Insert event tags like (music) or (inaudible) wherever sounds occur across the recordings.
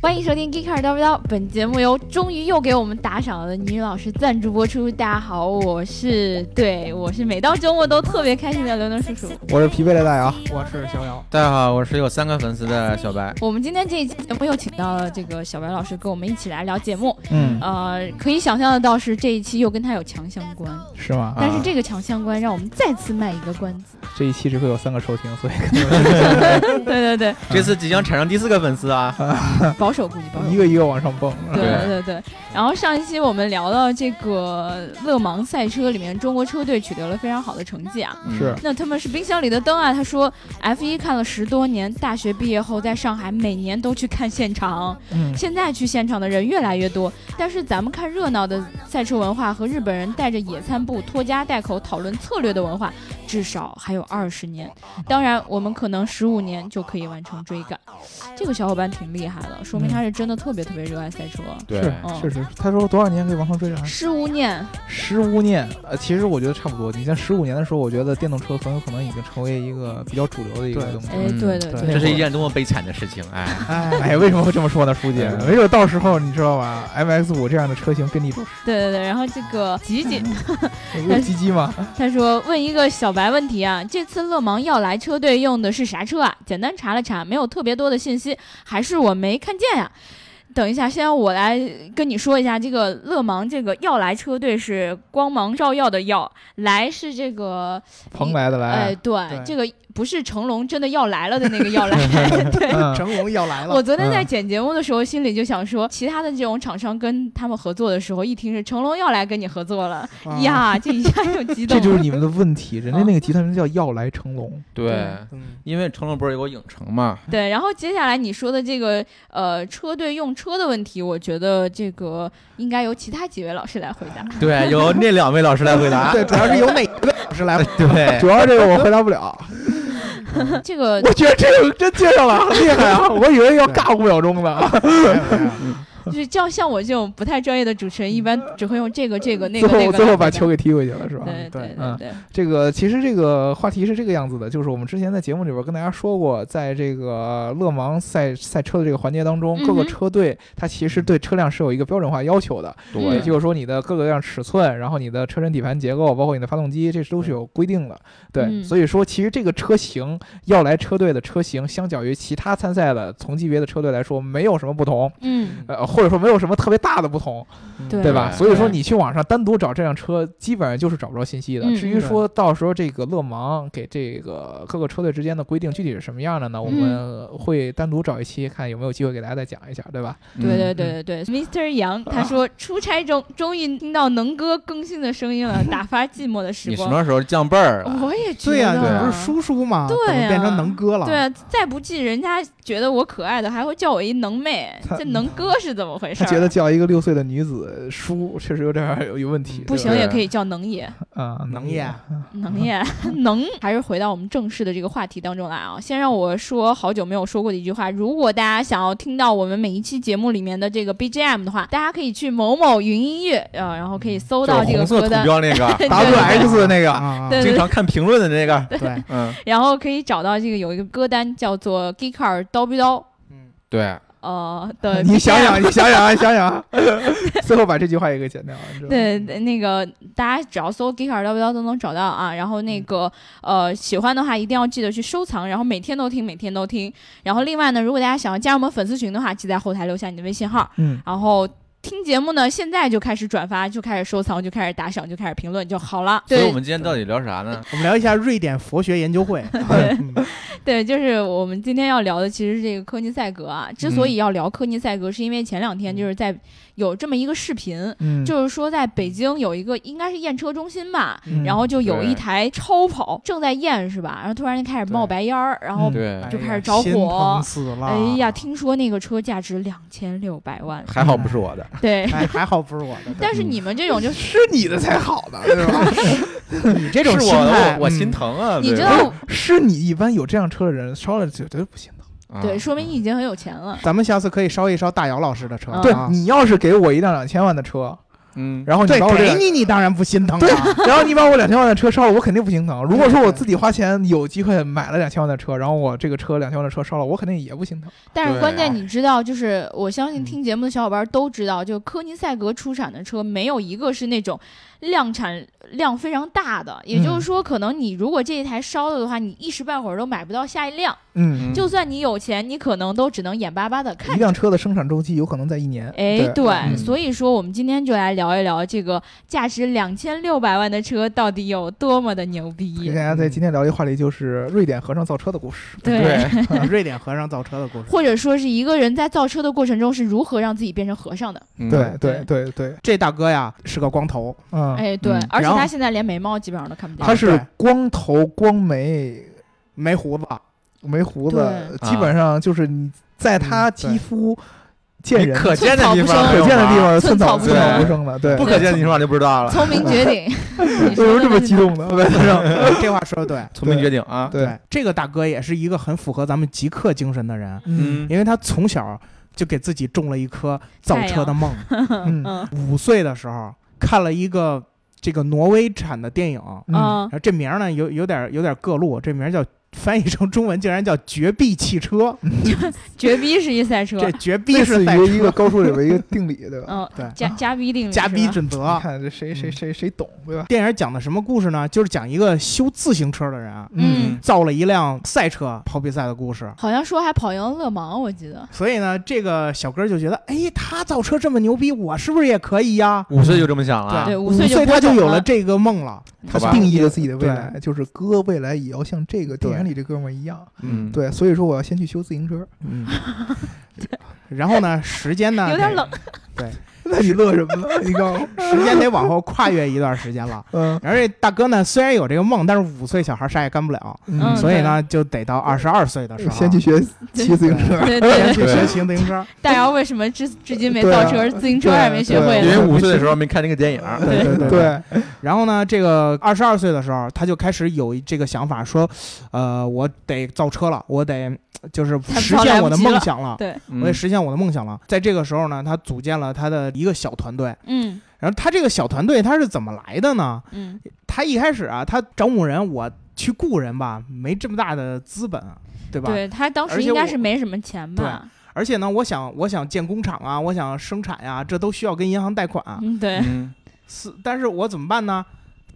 欢迎收听《Geeker 叨不叨》，本节目由终于又给我们打赏的女老师赞助播出。大家好，我是对，我是每到周末都特别开心的刘能叔叔。我是疲惫的大姚，我是逍遥。大家好，我是有三个粉丝的小白。我们今天这一期节目又请到了这个小白老师跟我们一起来聊节目。嗯，呃，可以想象得到是这一期又跟他有强相关，是吗？啊但是这个强相关让我们再次卖一个关子。这一期只会有三个收听，所以对对对，这次即将产生第四个粉丝啊！保守估计，嗯保守估一计。个一个往上蹦。啊对对对对，然后上一期我们聊到这个勒芒赛车里面，中国车队取得了非常好的成绩啊。嗯是，那他们是冰箱里的灯啊！他说，F 一看了十多年，大学毕业后在上海每年都去看现场，嗯，现在去现场的人越来越多。但是咱们看热闹的赛车文化和日本人带着野餐布拖家带口讨论策略的文化，至少还有二十年。当然，我们可能十五年就可以完成追赶。这个小伙伴挺厉害的，说明他是真的特别特别热爱赛车。对，嗯是是是，他说多少年可以往上追啥？十五年，十五年，呃，其实我觉得差不多。你像十五年的时候，我觉得电动车很有可能已经成为一个比较主流的一个对东西。哎，嗯对对对对，这是一件多么悲惨的事情！哎，哎哎，为什么会这么说呢，书记？嗯没准到时候你知道吧，MX 五这样的车型遍 (laughs) 地都是，对对对。然后这个吉吉，有鸡鸡 (laughs) 嘛？他说：“问一个小白问题啊，这次勒芒要来车队用的是啥车啊？简单查了查，没有特别多的信息，还是我没看见呀、啊等一下，先让我来跟你说一下，这个勒芒这个要来车队是光芒照耀的耀，来是这个，蓬莱的哎，来，对，对这个不是成龙真的要来了的那个要 (laughs) 来。对，嗯成龙要来了，我昨天在嗯剪节目的时候，心里就想说，其他的这种厂商跟他们合作的时候，一听是成龙要来跟你合作了，啊呀，这一下就激动了。嗯这就是你们的问题。人家那个集团名叫耀来成龙，对，嗯，因为成龙不是有个影城嘛？对，然后接下来你说的这个呃车队用车的问题，我觉得这个应该由其他几位老师来回答。对，由那两位老师来回 (laughs) 啊答。对，主要是由哪个老师来？对主，要这个我回答不了。嗯这个我觉得这个真接 (laughs) 上了，厉害啊！我以为要尬五秒钟呢，就是叫像我这种不太专业的主持人，一般只会用这个这个那最个那 (laughs) 后个。最后把球。给踢回去了，是吧？对对对对嗯对，这个其实这个话题是这个样子的，就是我们之前在节目里边跟大家说过，在这个勒芒赛赛车的这个环节当中，各嗯个哼车队它其实对车辆是有一个标准化要求嗯的，对也就是说你的各个样尺寸，然后你的车身底盘结构，包括你的发动机，这都是有规定的。对，嗯所以说其实这个车型要来车队的车型，相较于其他参赛的同级别的车队来说，没有什么不同。嗯，呃，或者说没有什么特别大的不同，对对吧？对所以说对你去网上单独找这辆车，基本上就是找不着信息的。嗯至于说到时候这个勒芒给这个各个车队之间的规定具体是什么样的呢？我嗯们会单独找一期看有没有机会给大家再讲一下，对吧？对对对嗯对对，Mr. 杨他啊说出差中终于听到能哥更新的声音了，打发寂寞的时你什光。么时候降辈儿了？我也觉对得呀，啊，你不是叔叔吗？对怎么呀变成能哥了？对啊，再不济人家觉得我可爱的，还会叫我一能妹，他这能哥是怎么回事 (laughs) 他儿啊？觉得叫一个六岁的女子叔确实有点儿有有问题，不行对也可以叫能爷，吧啊，能爷，能耶，能，还是回到我们正式的这个话题当中来啊。先让我说好久没有说过的一句话，如果大家想要听到我们每一期节目里面的这个 BGM 的话，大家可以去某某云音乐，呃，然后可以搜就是到这个红色歌图单，标那 (laughs) 个 WX 的那个，啊，对经常看评论的那个。对，嗯，然后可以找到这个有一个歌单叫做 Geeker 刀逼刀，嗯，对，呃的 (laughs) BGM。你想想，你想想 (laughs) 啊，你想想啊， (laughs) 最后把这句话也给剪掉了，你知道吗对，对那个大家只要搜 Geeker 刀不刀都能找到啊。然后嗯那个、呃，喜欢的话一定要记得去收藏，然后每天都听，每天都听。然后另外呢，如果大家想要加入我们粉丝群的话，记得在后台留下你的微信号。嗯，然后听节目呢，现在就开始转发，就开始收藏，就开始打赏，就开始评论就好了。所以对我们今天到底聊啥呢？我们聊一下瑞典佛学研究会。嗯对，就是我们今天要聊的，其实是这个科尼赛格啊。之所嗯以要聊科尼赛格，是因为前两天就是在有这么一个视频，嗯，就是说在北京有一个应该是验车中心吧，嗯然后就有一对台超跑正在验是吧？然后突然就开始冒对白烟儿，然后嗯对哎，就开始呀着火心疼死了。哎呀，，听说那个车价值两千六百万， (laughs) 还好不是我的。 (laughs) 对。哎，还好不是我 (laughs) 的。但是你们这种就是是你的才好呢，对吧？ (laughs) 对你这种是心我态我，我嗯心。疼啊！你对知 (laughs) 道，是你一般有这辆车的人烧了绝对不行的。啊对，说明你已经很有钱了。咱们下次可以烧一烧大姚老师的车。嗯对啊你要是给我一辆两千万的车，嗯，然后你对把我这给个，你你当然不心疼啊，然后你把我两千万的车烧了，我肯定不心疼。如果说我自己花钱有机会买了两千万的车，然后我这个车两千万的车烧了，我肯定也不心疼。但是对关键啊你知道，就是我相信嗯听节目的小伙伴都知道，就科尼赛格出产的车没有一个是那种量产量非常大的，也就是嗯说，可能你如果这一台烧了的话，你一时半会儿都买不到下一辆，嗯，就算你有钱，你可能都只能眼巴巴的看一。辆车的生产周期有可能在一年。嗯哎，对，嗯所以说我们今天就来聊一聊这个价值两千六百万的车到底有多么的牛给逼大。家在今天聊一个话题，就是瑞典和尚造车的故事。对， (laughs) 瑞典和尚造车的故事。或者说是一个人在造车的过程中是如何让自己变成和尚的。嗯对对对对，这大哥呀是个光 (laughs) 头，嗯，哎，对嗯，而且然后他现在连眉毛基本上都看不见。他是对光头光眉没胡子，没胡子，对基本上就是你在他肌肤见你人可见的地寸方，草可见的地方寸寸草草不不寸生草不生了。对，不可见的地方就不知道了。聪明绝 (laughs) 顶，你为什说么的这么是激动呢？对这话说的对。聪明绝顶啊！对，这个大哥也是一个很符合咱们极客精神的人，嗯因为他从小就给自己种了一颗造车的梦。嗯嗯五岁的时候看了一个这个挪威产的电影，然嗯，嗯，后这名儿呢有有点有点各路，这名儿叫翻译成中文竟然叫绝壁汽车，绝逼是一赛车这， (laughs) 绝类壁似是赛于一个车，高数里边一个定理，对吧？嗯对，加加逼定理，加逼是吧准你则。看这谁谁谁谁懂，对吧？电影讲的什么故事呢？就是讲一个修自行车的人啊嗯，造了一辆赛车跑比赛的故事。好像说还跑赢了勒芒，我记得。所以呢，这个小哥就觉得，哎，他造车这么牛逼，我是不是也可以呀？五岁就这么想了，啊对，五五岁就他播就种有了嗯了，这个梦了。他好吧定义了自己的未对来，就是哥未来也要像这个电影里这哥们儿一样。嗯，对，所以说我要先去修自行车。 (laughs) 嗯。然后呢，时间呢，有点冷。那你乐什么呢？你告诉我，得，时间得往后跨越一段时间了。嗯而这大哥呢，虽然有这个梦，但是五岁小孩啥也干不了，嗯所以呢，就得到二十二岁的时候先去学骑自行车。对先对，去学骑自行车。大姚为什么至至今没对啊造车，自行车还没学会因呢？为五岁的时候没看那个电影，对对对，然后呢，这个二十二岁的时候，他就开始有这个想法，说，呃，我得造车了，我得呃就是不实到来现不我的及梦了想了，对，我也是，实现我的梦想了。在这个时候呢，他组建了他的一个小团队。嗯然后他这个小团队他是怎么来的呢？嗯，他一开始啊，他招募人，我去雇人吧，没这么大的资本，啊对吧？对他当而时且应该我是没什么钱吧？而且呢，我想我想建工厂啊，我想生产呀、这都需要跟银行贷款啊。嗯，对，嗯是，但是我怎么办呢？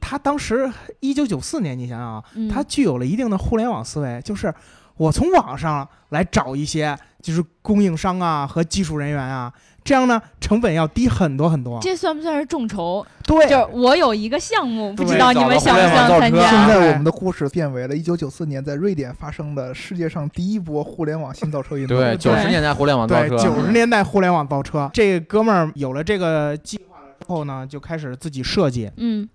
他当时一九九四年，你想想啊，嗯他具有了一定的互联网思维，就是我从网上来找一些就是供应商啊和技术人员啊，这样呢成本要低很多很多。这算不算是众筹？就对是我有一个项目，不对知道你们想不想参找现到加？在我们的故事变为了1994年在瑞典发生的世界上第一波互联网新造车运动。对，九十年代互联网造对，车，啊九十年代互联网造车，这哥们儿有了这个计划了之后呢，就开始自己设计，嗯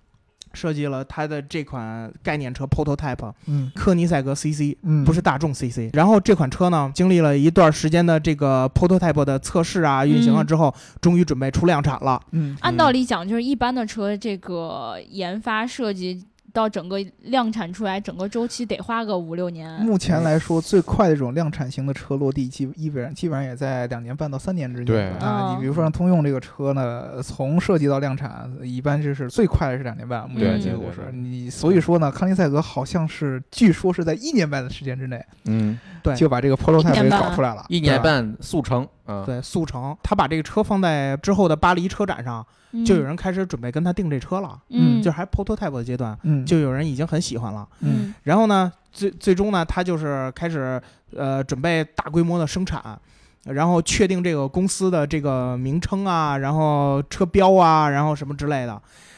设计了他的这款概念车 Prototype 嗯科尼赛格 CC。嗯，不是大众 CC。然后这款车呢，经历了一段时间的这个 prototype 的测试啊、运嗯行了之后，终于准备出量产了。嗯，按道理讲，就是一般的车，这个研发设计到整个量产出来，整个周期得花个五六年。目前来说最快的这种量产型的车落地基基本基本上也在两年半到三年之间。对啊，嗯你比如说像通用这个车呢，从设计到量产一般就是最快的是两年半，目前对结对果对是你所以说呢，康尼赛格好像是据说是在一年半的时间之内嗯，对就把这个 prototype 一给年半搞出来了。一年半速成，嗯，对，速成，他把这个车放在之后的巴黎车展上，嗯就有人开始准备跟他订这车了，嗯，就是还 prototype 的阶段，嗯，就有人已经很喜欢了。嗯嗯然后呢，最最终呢，他就是开始呃准备大规模的生产，然后确定这个公司的这个名称啊，然后车标啊，然后什么之类的。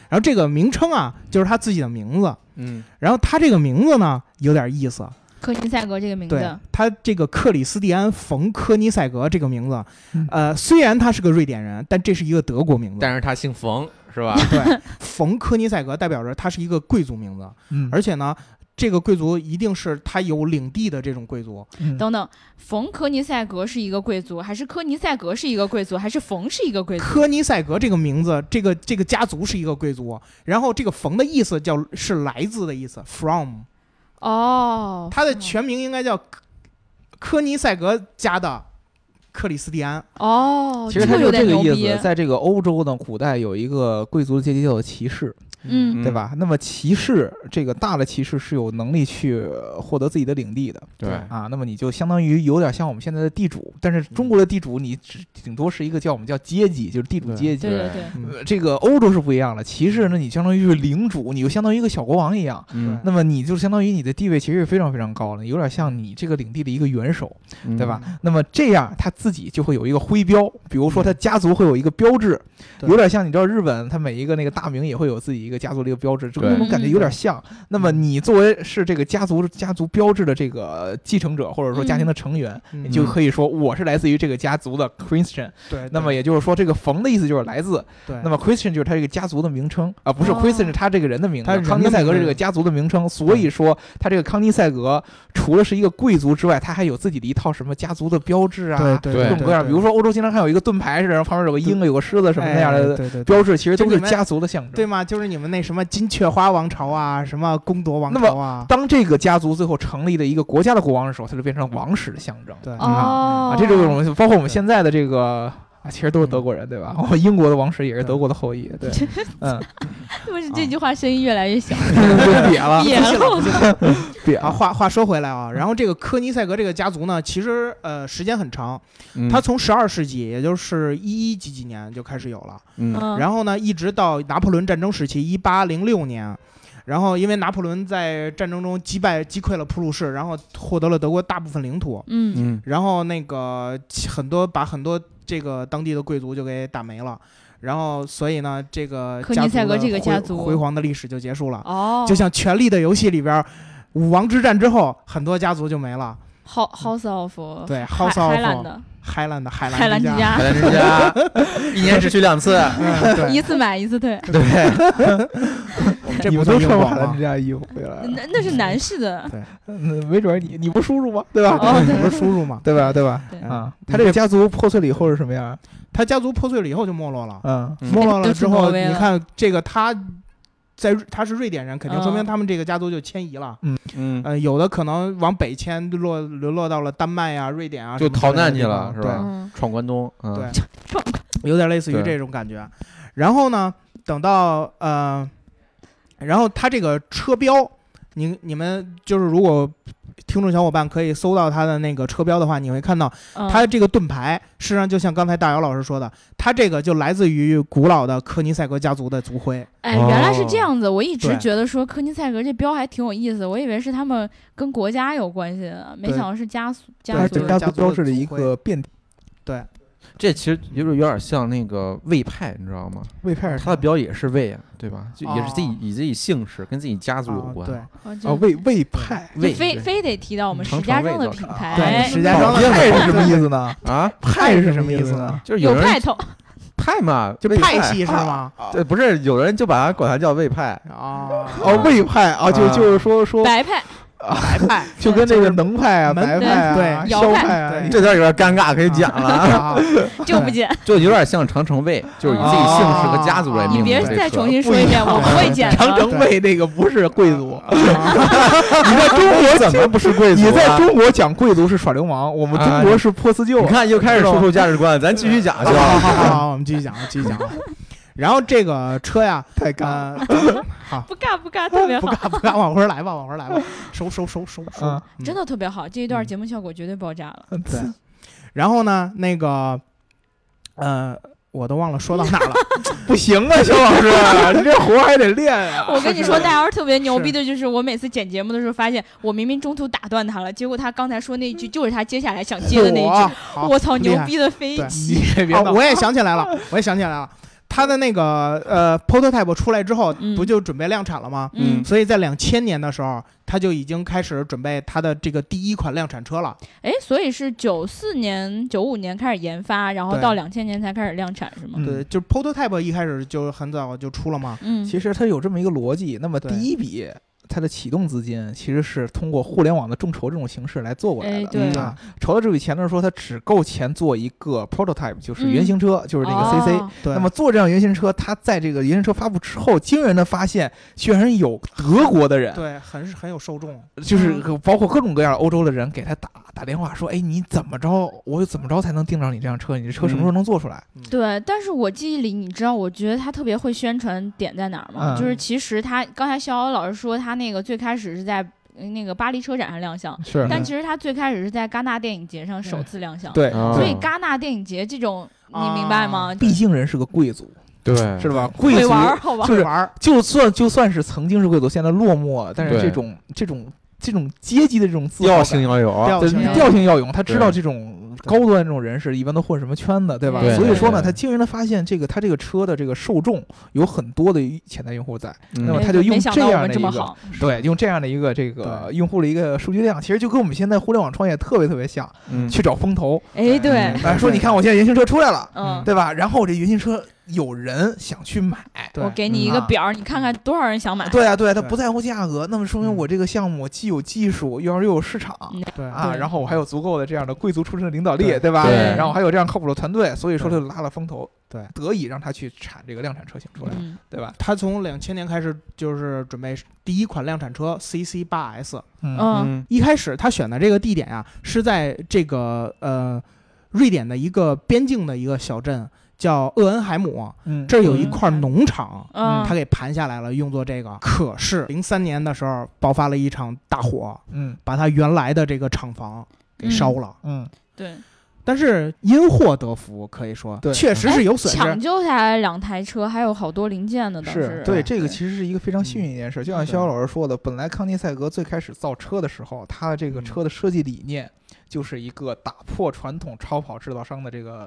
然后这个名称啊，就是他自己的名字。嗯，然后他这个名字呢，有点意思。科尼赛格这个名对字，他这个克里斯蒂安·冯·科尼塞格这个名字嗯，呃，虽然他是个瑞典人，但这是一个德国名字。啊但是他姓冯是吧？对，冯·科尼塞格代表着他是一个贵族名字，嗯，而且呢，这个贵族一定是他有领地的这种贵族。嗯等等，冯科尼赛格是一个贵族，还是科尼赛格是一个贵族，还是冯是一个贵族？科尼塞格这个名字，这个这个家族是一个贵族，然后这个冯的意思叫是来自的意思，from，哦，他的全名应该叫科科尼塞格家的克里斯蒂安。哦，其实这它个有就点这个牛意逼，思，在这个欧洲呢，古代有一个贵族阶级叫做骑士，嗯对吧？那么骑士这个大的骑士是有能力去呃获得自己的领地的对对啊，那么你就相当于有点像我们现在的地主，但是中国的地主你只顶多是一个叫我们叫阶级，就是地主对阶级对。对对，嗯呃这个欧洲是不一样的，骑士呢，你相当于是领主，你就相当于一个小国王一样。嗯，那么你就相当于你的地位其实是非常非常高的，有点像你这个领地的一个元首，嗯对吧？那么这样他自己就会有一个徽标，比如说他嗯家族会有一个标志，对有点像你知道日本，他每一个那个大名也会有自己一个家族的一个标志，就对跟我们感觉嗯有点像。那么你作为是这个家族家族标志的这个继承者，或者说家庭的成员，嗯你就可以说我是来自于这个家族的 Christian。对，那么也就是说，这个冯的意思就是来自，对，那么 Christian 就是他这个家族的名称啊，不是哦 Christian 是他这个人的名字，他人的康尼塞格是这名个字嗯家族的名称，所以说他这个康尼塞格除了是一个贵族之外，他还有自己的一套什么家族的标志啊，对对对各种各样，比如说欧洲经常看有一个盾牌似的，然后旁边有个鹰啊，有个狮子什么那样的哎对对对标志，其实都这是里面家族的象征。啊对嘛，就是你们那什么金雀花王朝啊，什么公铎王那么朝啊，当这个家族最后成立了一个国家的国王的时候，它就变成王室的象征。对嗯啊哦，啊，这就是我们包括我们现在的这个。啊，其实都是嗯德国人，对吧？我们英国的王室也是德国的后裔， (laughs) 对，嗯，不是这句话声音越来越小，瘪了，野后瘪啊，了，话话说回来啊，然后这个科尼塞格这个家族呢，其实呃时间很长，嗯它从十二世纪，也就是一一几几年就开始有了，嗯嗯然后呢，一直到拿破仑战争时期，一八零六年。然后，因为拿破仑在战争中击败、击溃了普鲁士，然后获得了德国大部分领土。嗯嗯然后那个其很多把很多这个当地的贵族就给打没了，然后所以呢，这个科尼家族塞格的这个辉家族辉煌的历史就结束了。哦，就像《权力的游戏》里边，武王之战之后，很多家族就没了。 Ho- House of 对海，House of 海兰哦的海兰的海海兰兰之家，家海，澜之家一年只去两次， (laughs) 嗯 (laughs) 一对，次买一次退，对，这你不们都算英穿过国海澜吗之？家衣服回来了，那那是男士的，嗯，没准儿你你不叔叔吗？对吧？哦你 (laughs) 不是叔叔吗？ (laughs) 对吧？对吧？对啊，他这个家族破碎了以后是什么样？啊他家族破碎了以后就没落了，嗯，嗯没落哎都了去之挪后，威你了看这个他在瑞他是瑞典人，肯定说明嗯他们这个家族就迁移了。嗯，呃，有的可能往北迁落流落到了丹麦啊、瑞典啊，就什么逃之类的难去地了方是对吧嗯，闯关东，嗯对撞有点类似于对这种感觉。然后呢，等到呃，然后它这个车标，你你们就是如果听众小伙伴可以搜到它的那个车标的话，你会看到嗯它这个盾牌，事实上就像刚才大姚老师说的，它这个就来自于古老的科尼塞格家族的族徽。哎，原来是这样子，我一直对觉得说科尼塞格这标还挺有意思，我以为是他们跟国家有关系的，没想到是家族家它族这对家的。族标志的一个变体这其实有点有点像那个魏派，你知道吗？魏派是什他么的标也是魏啊，对吧？就也是自己哦以自己姓氏跟自己家族有啊，关，对，哦啊，就魏魏派，啊就魏非对非得提到我们石成家成魏庄的造品成牌，对哎石家庄的派是什么意思呢？啊，派是什什么么意意思思呢呢？就是有人派头，派嘛，就魏派系是吗？对，不是有人就把他管他叫 (laughs) 魏派，啊，哦，魏派啊，就啊就是说说，白派，白派就跟这个能派啊、门白派啊、对摇萧派派啊对，这段有点尴尬，可以讲了啊， (laughs) 啊，就不见。就有点像长城魏，就是以自己姓氏哦和家族来你命别名的这车。再重新说一遍，我不会剪长的。城魏那个不是贵 (laughs) 族，你在中国怎么不是贵族？你在。中国讲贵族是耍流氓，我们中国是破四旧你啊啊。看，又开始输出价值观了，咱继续 (laughs) 讲去吧。好好好好，我们继续讲，继续讲。然后这个车呀，太干了，不尬不尬，特别不好，干不干，往回来吧，往回来吧，收收收收收啊，嗯真。的特别好。这一段嗯节目效果绝对爆炸了。对然后呢，那个，呃，我都忘了说到哪儿了。不行啊，肖老师，你这活儿还得练啊。我跟你是说，的大姚特别牛逼的就是，我每次剪节目的时候，发现我明明中途打断他了，结果他刚才说那一句就是他接下来想接的那一句。啊好，我操，厉牛害逼的飞对起！你也别哦闹，我也想起来了，我也想起来了，它的那个呃 prototype 出来之后，嗯不就准备量产了吗？嗯嗯，所以在两千年的时候，它就已经开始准备它的这个第一款量产车了。哎，所以是九四年、九五年开始研发，然后对到两千年才开始量产，是吗？嗯对，就是 prototype 一开始就很早就出了嘛。嗯，其实它有这么一个逻辑。那么第对一笔，它的启动资金其实是通过互联网的众筹这种形式来做过来哎，的。对，嗯啊，筹到这笔钱的时候，它只够钱做一个 prototype，就是嗯原型车，就是那个 CC。哦对，那么做这辆原型车，它在这个原型车发布之后，惊人的发现，居然有德国的人，对，很是很有受众，就是包括各种各样的欧洲的人给他打打电话说，哎，你怎么着，我怎么着才能订上你这辆车？你这车什么时候能做出来？对，但是我记忆里，你知道，我觉得他特别会宣传点在哪儿吗？嗯就是其实他刚才逍遥老师说他那个最开始是在呃那个巴黎车展上亮相，是但其实他最开始是在戛纳电影节上首次亮相。，嗯对，嗯啊所以戛纳电影节这种，你明白吗？毕竟人是个贵族，对是吧？贵会族玩儿，好吧？就是玩儿， (laughs) 就算就算是曾经是贵族，现在落寞了，但是对这种这种这种阶级的这种自调豪性性要有，调对性要调性要勇，他知道对这种高端这种人士一般都混什么圈子，对吧？对所以说呢，对他惊人的发现，这个他这个车的这个受众有很多的潜在用户在，嗯那么哎他就用没想这到我样们的这一么个。好，对，用这样的一个这个用户的一个数据量，其实就跟我们现在互联网创业特别特别像，嗯去找风投，哎，对嗯，哎，说你看我现在原型车出来了，嗯，对吧？然后我这原型车有人想去买，对我给你一嗯个啊表儿，你看看多少人想买。 (laughs) 对啊，对啊，他对不在乎价格，那么说明嗯我这个项目既有技术，又要又有市场嗯对啊，对然后我还有足够的这样的贵族出身的领导力，对对吧？对然后还有这样靠谱的团队，所以说他对就拉了风投，对得以让他去产这个量产车型出来，嗯，对吧？他从两千年开始就是准备第一款量产车 CC 八 S，嗯嗯，嗯一开始他选的这个地点啊是在这个呃瑞典的一个边境的一个小镇叫厄恩海姆，嗯这儿有一块农场。嗯，他给盘下来了，用作这个。可是零三年的时候爆发了一场大火，嗯把他原来的这个厂房给烧了。嗯，对，但是因祸得福，可以说对嗯确实是有损抢失。救下来两台车，还有好多零件呢，当时是对这个啊对其实是一个非常幸运的一件事，就像嗯肖老师说的，本来康涅赛格最开始造车的时候，它的这个嗯车的设计理念。就是一个打破传统超跑制造商的这个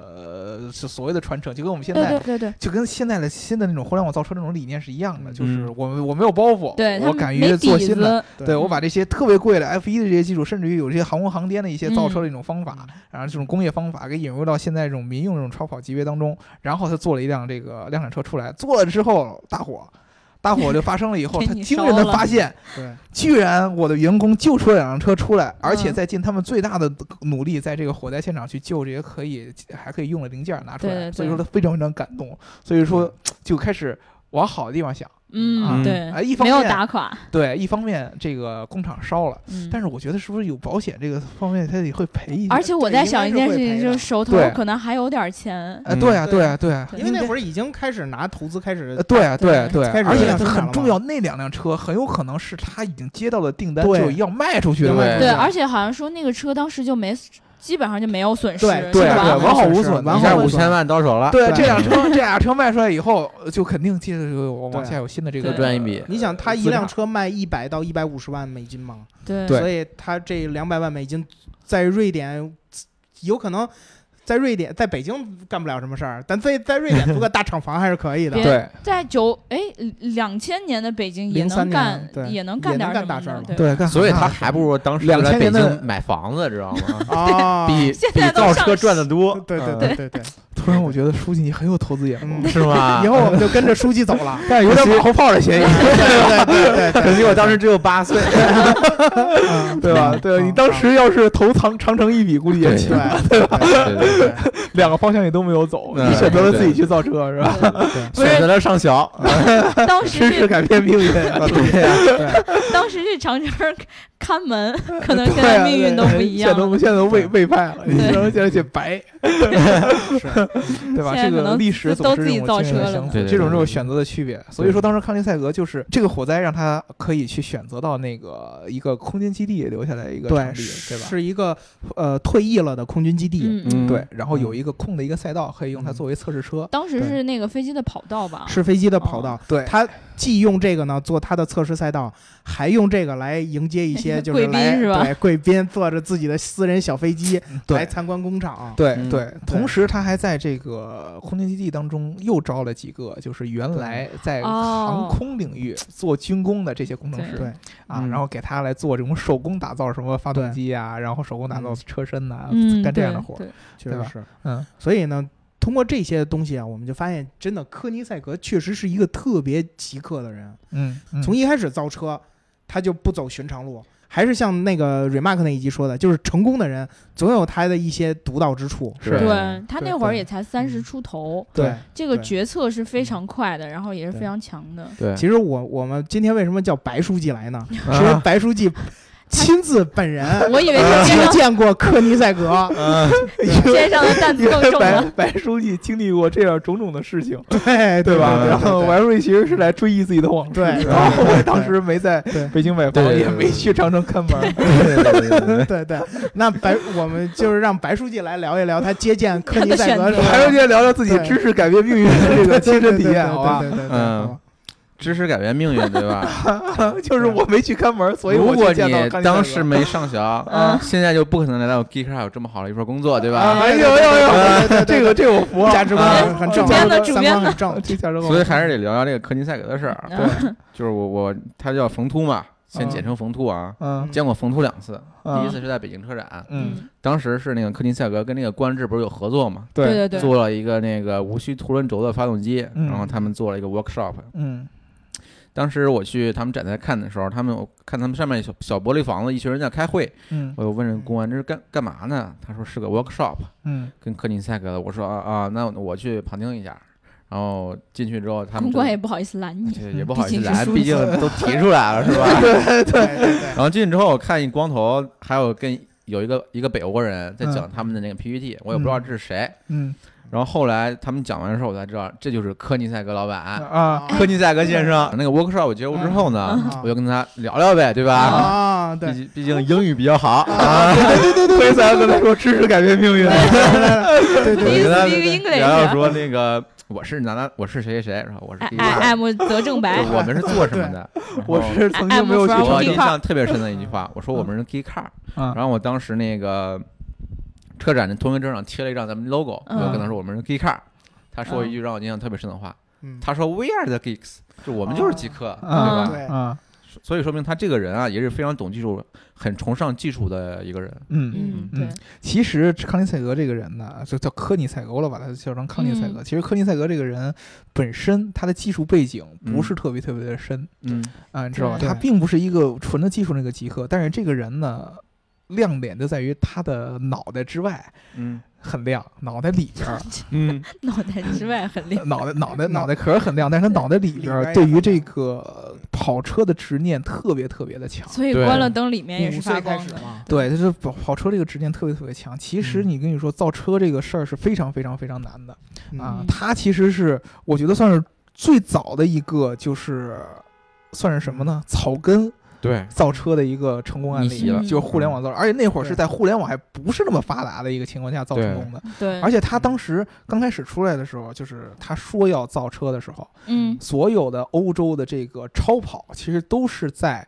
呃是所谓的传承，就跟我们现在对对对对。就跟现在的新的那种互联网造车那种理念是一样的，嗯就是我们我没有包袱，对他我们敢没于底做新的，子，对我把这些特别贵的 F 一的这些技术，甚至于有这些航空航天的一些造嗯车的一种方法，然后这种工业方法给引入到现在这种民用这种超跑级别当中，然后他做了一辆这个量产车出来，做了之后大火。大火就发生了以后，给他你惊人的烧了发现，对居然我的员工救出了两辆车出来，而且嗯在尽他们最大的努力，在这个火灾现场去救这些可以还可以用的零件儿拿出来，对对对所以说他非常非常感动，所以说就开始往好的地方想。嗯，嗯对，哎一方没有面打垮，对，一方面这个工厂烧了，嗯，但是我觉得是不是有保险这个方面，他得会赔一些。而且我在想一件事应该情，是就会是赔手头对可能还有点钱，的，哎，对啊，嗯对啊，对啊，对因为那会儿。儿已经开始拿投资开始呃，对啊，对啊对对啊，开始而有且量生产很了重嘛要，那两辆车很有可能是他已经接到的订单，对就要卖出去的对嘛。对对，对而且好像说那个车当时就没，基本上就没有损失，对对是啊对吧？啊，完好无是损的，完一好下无五损千万到手了，啊对，对这辆车，这辆车卖出来以后，就肯定接着就往对往下有新的这个对赚一笔你想，他一辆车卖一百到一百五十万美金嘛，对对所以他这两百万美金在瑞典有可能。在瑞典，在北京干不了什么事儿，但在在瑞典租个大厂房还是可以的别。对在九哎两千年的北京也03能年干对，也能也干点能干什大么事儿呢嘛对对，干所以好他看还不如当时2000来北啊年的京买房子，知道吗？啊，比现比在都造上车市赚的多， (laughs) 对对嗯 (laughs) 对对对，突然我觉得书记你很有投资眼光嗯，是吗以？ (laughs) 后我们就跟着书记走了。但是有点马后炮的 (laughs) 嫌疑，对对对对，可惜我当时只有八岁，嗯对吧？对你当时要是投长长城一笔，估计也对起 (laughs) 对来，对对对 (laughs) 对两个方向你都没有走，嗯你选择了自己去造车，是吧？对不是选择了上学， (laughs) 当时 (laughs) 知识这改变命 (laughs) 运，对呀，当时这长城儿看门，可能现 (laughs) 对在啊命运都不一现在样都了。现在都未未派了，你对知道吗现在写 (laughs) 白， (laughs) 对吧？现在这可个能历史都总是自己这种造惊人的车了相呢似对对这种这对种对选择的区别。所以说，当时康定赛格就是这个火灾让他可以去选择到那个一个空间基地留下来一个场对，地，对吧？是一个呃退役了的空军基地，嗯嗯，对，然后有一个空的一个赛道，可以用它作为测试车。当时对是那个飞机的跑道吧？是飞机的跑道。哦对，他既用这个呢做他的测试赛道，还用这个来迎接 (laughs) 一些就是贵宾来是吧对贵宾坐着自己的私人小飞机来对。参观工厂。对嗯对，对同时他还在这个空间基地当中又招了几个，就是原来在哎航哦空领域做军工的这些工程对师对啊，嗯然后给他来做这种手工打造什么发动对机啊，然后手工打造嗯车身呐，嗯，啊干这样的对活儿。对确对吧实是。嗯，所以呢，通过这些东西啊，我们就发现，真的科尼塞格确实是一个特别极客的人。嗯，嗯从一开始造车，他就不走寻常路。还是像那个 remark 那一集说的，就是成功的人总有他的一些独到之处。是对对他对那会儿对也才三十出头，对，这个对决策是非常快的，然后也是非对常强的。对，其实我我们今天为什么叫白书记来呢？啊是因为白书记亲自本人我以为是接肩 (laughs) 上见过科尼塞格， (laughs) 肩上的担子因更为重白了。白书记经历过这样种种的事 (laughs) 情，对对吧？对然后白书记其实是来追忆自己的往事。对然后我当时没在对北京买房，对也没去长城看 (laughs) 门。对对对对对对对，那白我们就是让白书记来聊一聊他接见科尼塞格他的选择时候白书记聊聊自己对知识改变命运的这个亲身体验，好吧对？对对对对对对嗯好吧知识改变命运，对吧？ (laughs) 就是我没去看门，所以如我果就见到你康熙当大时哥没上学，啊嗯现在就不可能来到 Geek 上有这么好的一份工作，对吧？哎呦哎呦哎对对呦，对对这个这个我服啊，价值观很正，主编呢三主编观呢很正，这价值观，所以还是得聊聊这个科尼赛格的事儿。嗯对， (laughs) 就是我我他叫冯秃嘛，先简称冯秃啊。嗯见过冯秃两次，嗯第一次是在北京车展，嗯，当时是那个科尼赛格跟那个观致不是有合作嘛，对对对，做了一个那个无需凸轮轴的发动机，嗯然后他们做了一个 workshop。嗯当时我去他们展台看的时候，他们我看他们上面小小玻璃房子，一群人在开会，嗯我就问人公安这是干干嘛呢？他说是个 workshop。嗯跟科林赛格的，我说啊啊，那我去旁听一下。然后进去之后，他们公关也也不好意思拦 (laughs) 你。也不好意毕思竟是来，书毕竟都提出来了，是吧？ (laughs) 对对对然后进去之后，我看一光头，还有跟有一个一个北欧人在讲他们的那个 PPT，、我也不知道这是谁。嗯然后后来他们讲完之后，我才知道这就是科尼赛格老板，啊，科尼赛格先生。那个 workshop 结束之后呢，嗯我就跟他聊聊呗，对吧？啊，毕对，竟毕竟英语比较好啊，辉三跟他 (laughs) 说知识改变命运，对对我觉 Please 得 speak English 然后说那个我是哪哪，我是谁谁谁，然后我是哎第一哎个。哎，我泽正白对，我们是做什么的？然后我哦是曾经没有去然后我长印城地象特别深的一句话，我说我们是 geek car，啊然后我当时那个车展的通行证上贴了一张咱们 logo，我嗯就跟他说我们是 geek car，他说一句让我印象特别深的话，嗯他说 we are the geeks，就我们就是极客，啊对吧？对啊所以说明他这个人啊，也是非常懂技术、很崇尚技术的一个人。嗯。嗯嗯对，其实康尼塞格这个人呢，就叫科尼塞格，我老把他叫成康尼塞格。其实科尼塞格这个人本身，他的技术背景嗯不是特别特别的深嗯，啊，你知道吧？对他并不是一个纯的技术那个极客，但是这个人呢，亮点就在于他的脑袋之外嗯很亮，脑袋里边儿嗯嗯，脑袋之外很亮。脑袋脑袋脑脑袋壳很亮，但是他脑袋里边里边儿也对很于这亮个跑车的执念特别特别的强。所以对关了灯，里面也是五发岁开光始的。嘛，对，就是跑跑车这个执念特别特别强。其实嗯你跟你说，造车这个事儿是非常非常非常难的啊嗯。它其实是我觉得算是最早的一个，就是算是什么呢？草根对，造车的一个成功案逆袭例，了就是互联网造车。而且那会儿是对在互联网还不是那么发达的一个情况下造成功的。对，而且他当时刚开始出来的时候，就是他说要造车的时候，嗯，所有的欧洲的这个超跑其实都是在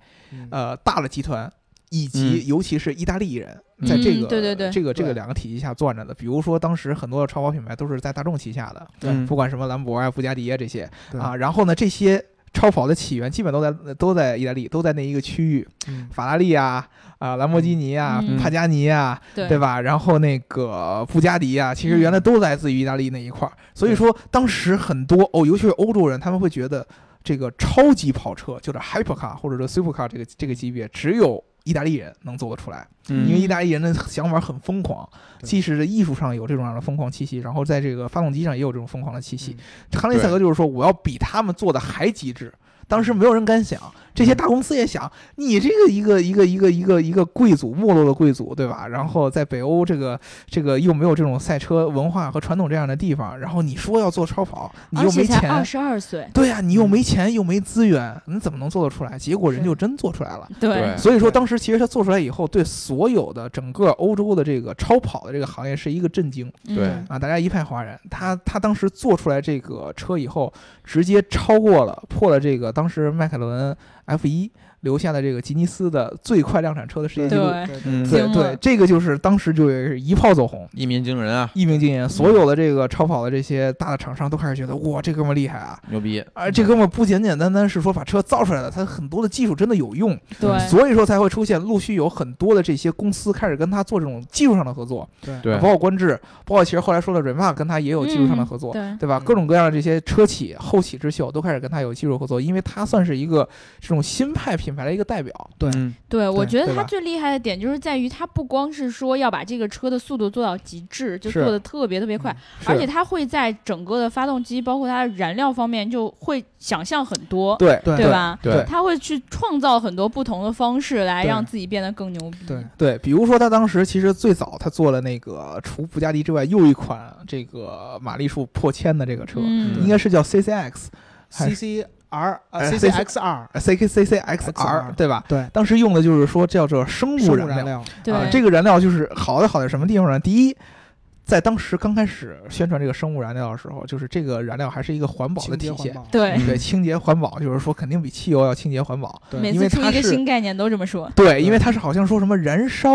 呃大的集团，以及嗯尤其是意大利人，嗯在这个、对对对这个这个对两个体系下攥着的。比如说，当时很多的超跑品牌都是在大众旗下的，嗯不管什么兰博啊、布加迪啊这些对啊。然后呢，这些超跑的起源基本都在都在意大利，都在那一个区域，嗯法拉利啊。啊，兰博基尼啊，嗯帕加尼啊，对对吧？然后那个布加迪啊，其实原来都来自于意大利那一块儿，所以说当时很多哦，尤其是欧洲人，他们会觉得这个超级跑车，就是 hypercar 或者说 supercar 这个这个级别，只有意大利人能做得出来，嗯因为意大利人的想法很疯狂，对既是艺术上有这种样的疯狂气息，然后在这个发动机上也有这种疯狂的气息。嗯康利赛格就是说，我要比他们做的还极致。当时没有人敢想，嗯这些大公司也想，你这个一个一个一个一个一个贵族没落的贵族，对吧？然后在北欧这个这个又没有这种赛车文化和传统这样的地方，然后你说要做超跑，你而又且没才二钱，十嗯二岁，对呀、你又没钱又没资源，你怎么能做得出来？结果人就真做出来了。哎对对所以说，对当时其实他做出来以后，对所有的整个欧洲的这个超跑的这个行业是一个震惊。嗯啊，大家一派哗然。他他当时做出来这个车以后，直接超过了破了这个当时迈凯伦 F 1留下的这个吉尼斯的最快量产车的世界纪录。对嗯对对惊对了，这个就是当时就是一炮走红，一鸣惊人啊，一鸣惊人。所有的这个超跑的这些大的厂商都开始觉得，哇，这哥们儿厉害啊！牛逼！啊，这哥们儿不简简单单是说把车造出来了，他很多的技术真的有用，对所以说才会出现陆续有很多的这些公司开始跟他做这种技术上的合作，对对包括观致，包括其实后来说的 Remark 跟他也有技术上的合作，对，对吧？嗯各种各样的这些车企、后起之秀都开始跟他有技术合作，因为他算是一个这种新派品品牌的一个代表。对嗯，对，我对觉得对它吧最厉害的点就是在于，它不光是说要把这个车的速度做到极致，就是做的特别特别快，嗯而且它会在整个的发动机，包括它的燃料方面，就会想象很多，对对哦吧？对它会去创造很多不同的方式来对让自己变得更牛逼。对对，比如说他当时其实最早他做了那个除布加迪之外又一款这个马力数破千的这个车，应嗯，该是叫 CCX。还 C C R 哎呃 C C X R C K C C X R XR 对吧？对，当时用的就是说叫做生生物物燃燃料料，对啊，，这个燃料就是好在好在什么地方呢？第一，在当时刚开始宣传这个生物燃料的时候，就是这个燃料还是一个环保的嗯清洁体环现，保，对，对清洁环保，就是说肯定比汽油要清洁环保。对每因次为出它一个是新概念都这么说。对，因为它是好像说什么燃烧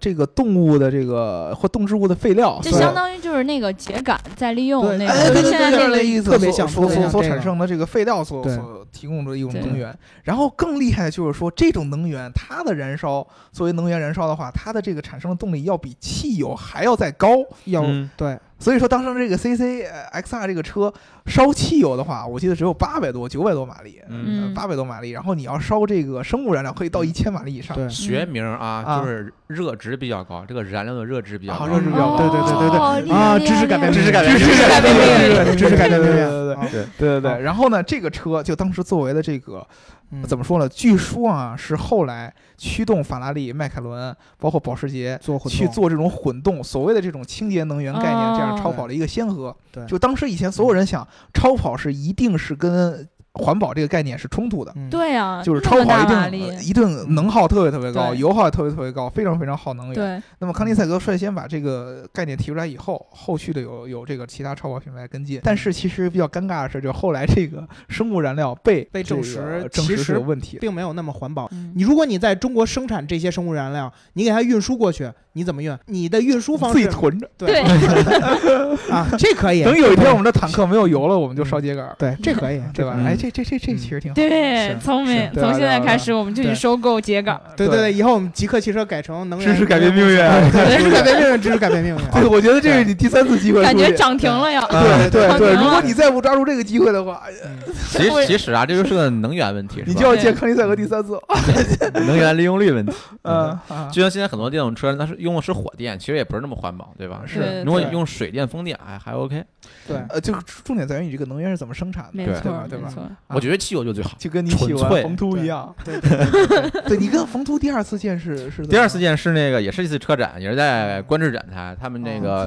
这个动物的这个或动植物的废料，就所以相当于就是那个秸秆在利用对那哎，个，对就对现在那对，就是个那意思，特别所像所特别所像所这个产生的这个废料所对所提供的一种对能源。然后更厉害的就是说，这种能源它的燃烧作为能源燃烧的话，它的这个产生的动力要比汽油还要再高。要嗯对所以说，当时这个 CC X R 这个车烧汽油的话，我记得只有八百多、九百多马力，嗯嗯八百多马力。然后你要烧这个生物燃料，可以到一千马力以上。嗯对学名啊，啊就是热值比较高，这个燃料的热值比较啊高，热值比较高哦对对对对对厉害啊，厉害知识改变厉嗯知害识改变知识改变命运知识改变对对对命对运对啊对对好对。然后呢，这个车就当时作为的这个嗯怎么说呢？据说啊，是后来驱动法拉利、迈凯伦，包括保时捷做混去动做这种混动，所谓的这种清洁能源概念，这样哦超跑的一个先河。对就当时以前所有人想，超跑是一定是跟环保这个概念是冲突的，嗯对啊，就是那超么跑大马一定呃力，一定能耗特别特别高，对油耗也特别特别高，非常非常耗能源。对，那么康迪赛格率先把这个概念提出来以后，后续的有有这个其他超跑品牌跟进。但是其实比较尴尬的是，就后来这个生物燃料被被这证个实证实其是实有问题的。并没有那么环保。嗯你如果你在中国生产这些生物燃料，你给它运输过去，你怎么运？你的运输方自己式囤着，对，啊，这可以。等有一天我们的坦克没有油了，我们就烧秸秆儿，对，这可以，对吧？嗯哎，这这这这其实挺好。嗯嗯对，是聪明。对吧从现在开始，我们就去对收购秸 (laughs) 秆。对对对，，以后我们极客汽车改成能嗯源，知识改变命运。对，知识改变命运，知识改变命运。 (laughs) 对，我觉得这是你第三次机会出感去，觉涨停了呀！啊对对涨对，停了如果你再不抓住这个机会的话，哎呀其实其实啊，这就是个能源问题，是吧你就要见康迪赛格第三次了。能源利用率问题。 (laughs) 嗯，啊就像现在很多电动车，它是用的是火电，其实也不是那么环保，对吧？是对如果对用水电、风电，哎，还 OK。对，呃，就是重点在于你这个能源是怎么生产的，没对对错吧？对没吧？错。啊我觉得汽油就最好。就跟你喜纯欢粹冯秃一对样，对对对你跟冯秃第二次见是是怎么第二次样见是那个，也是一次车展，也是在观致展台，他们那个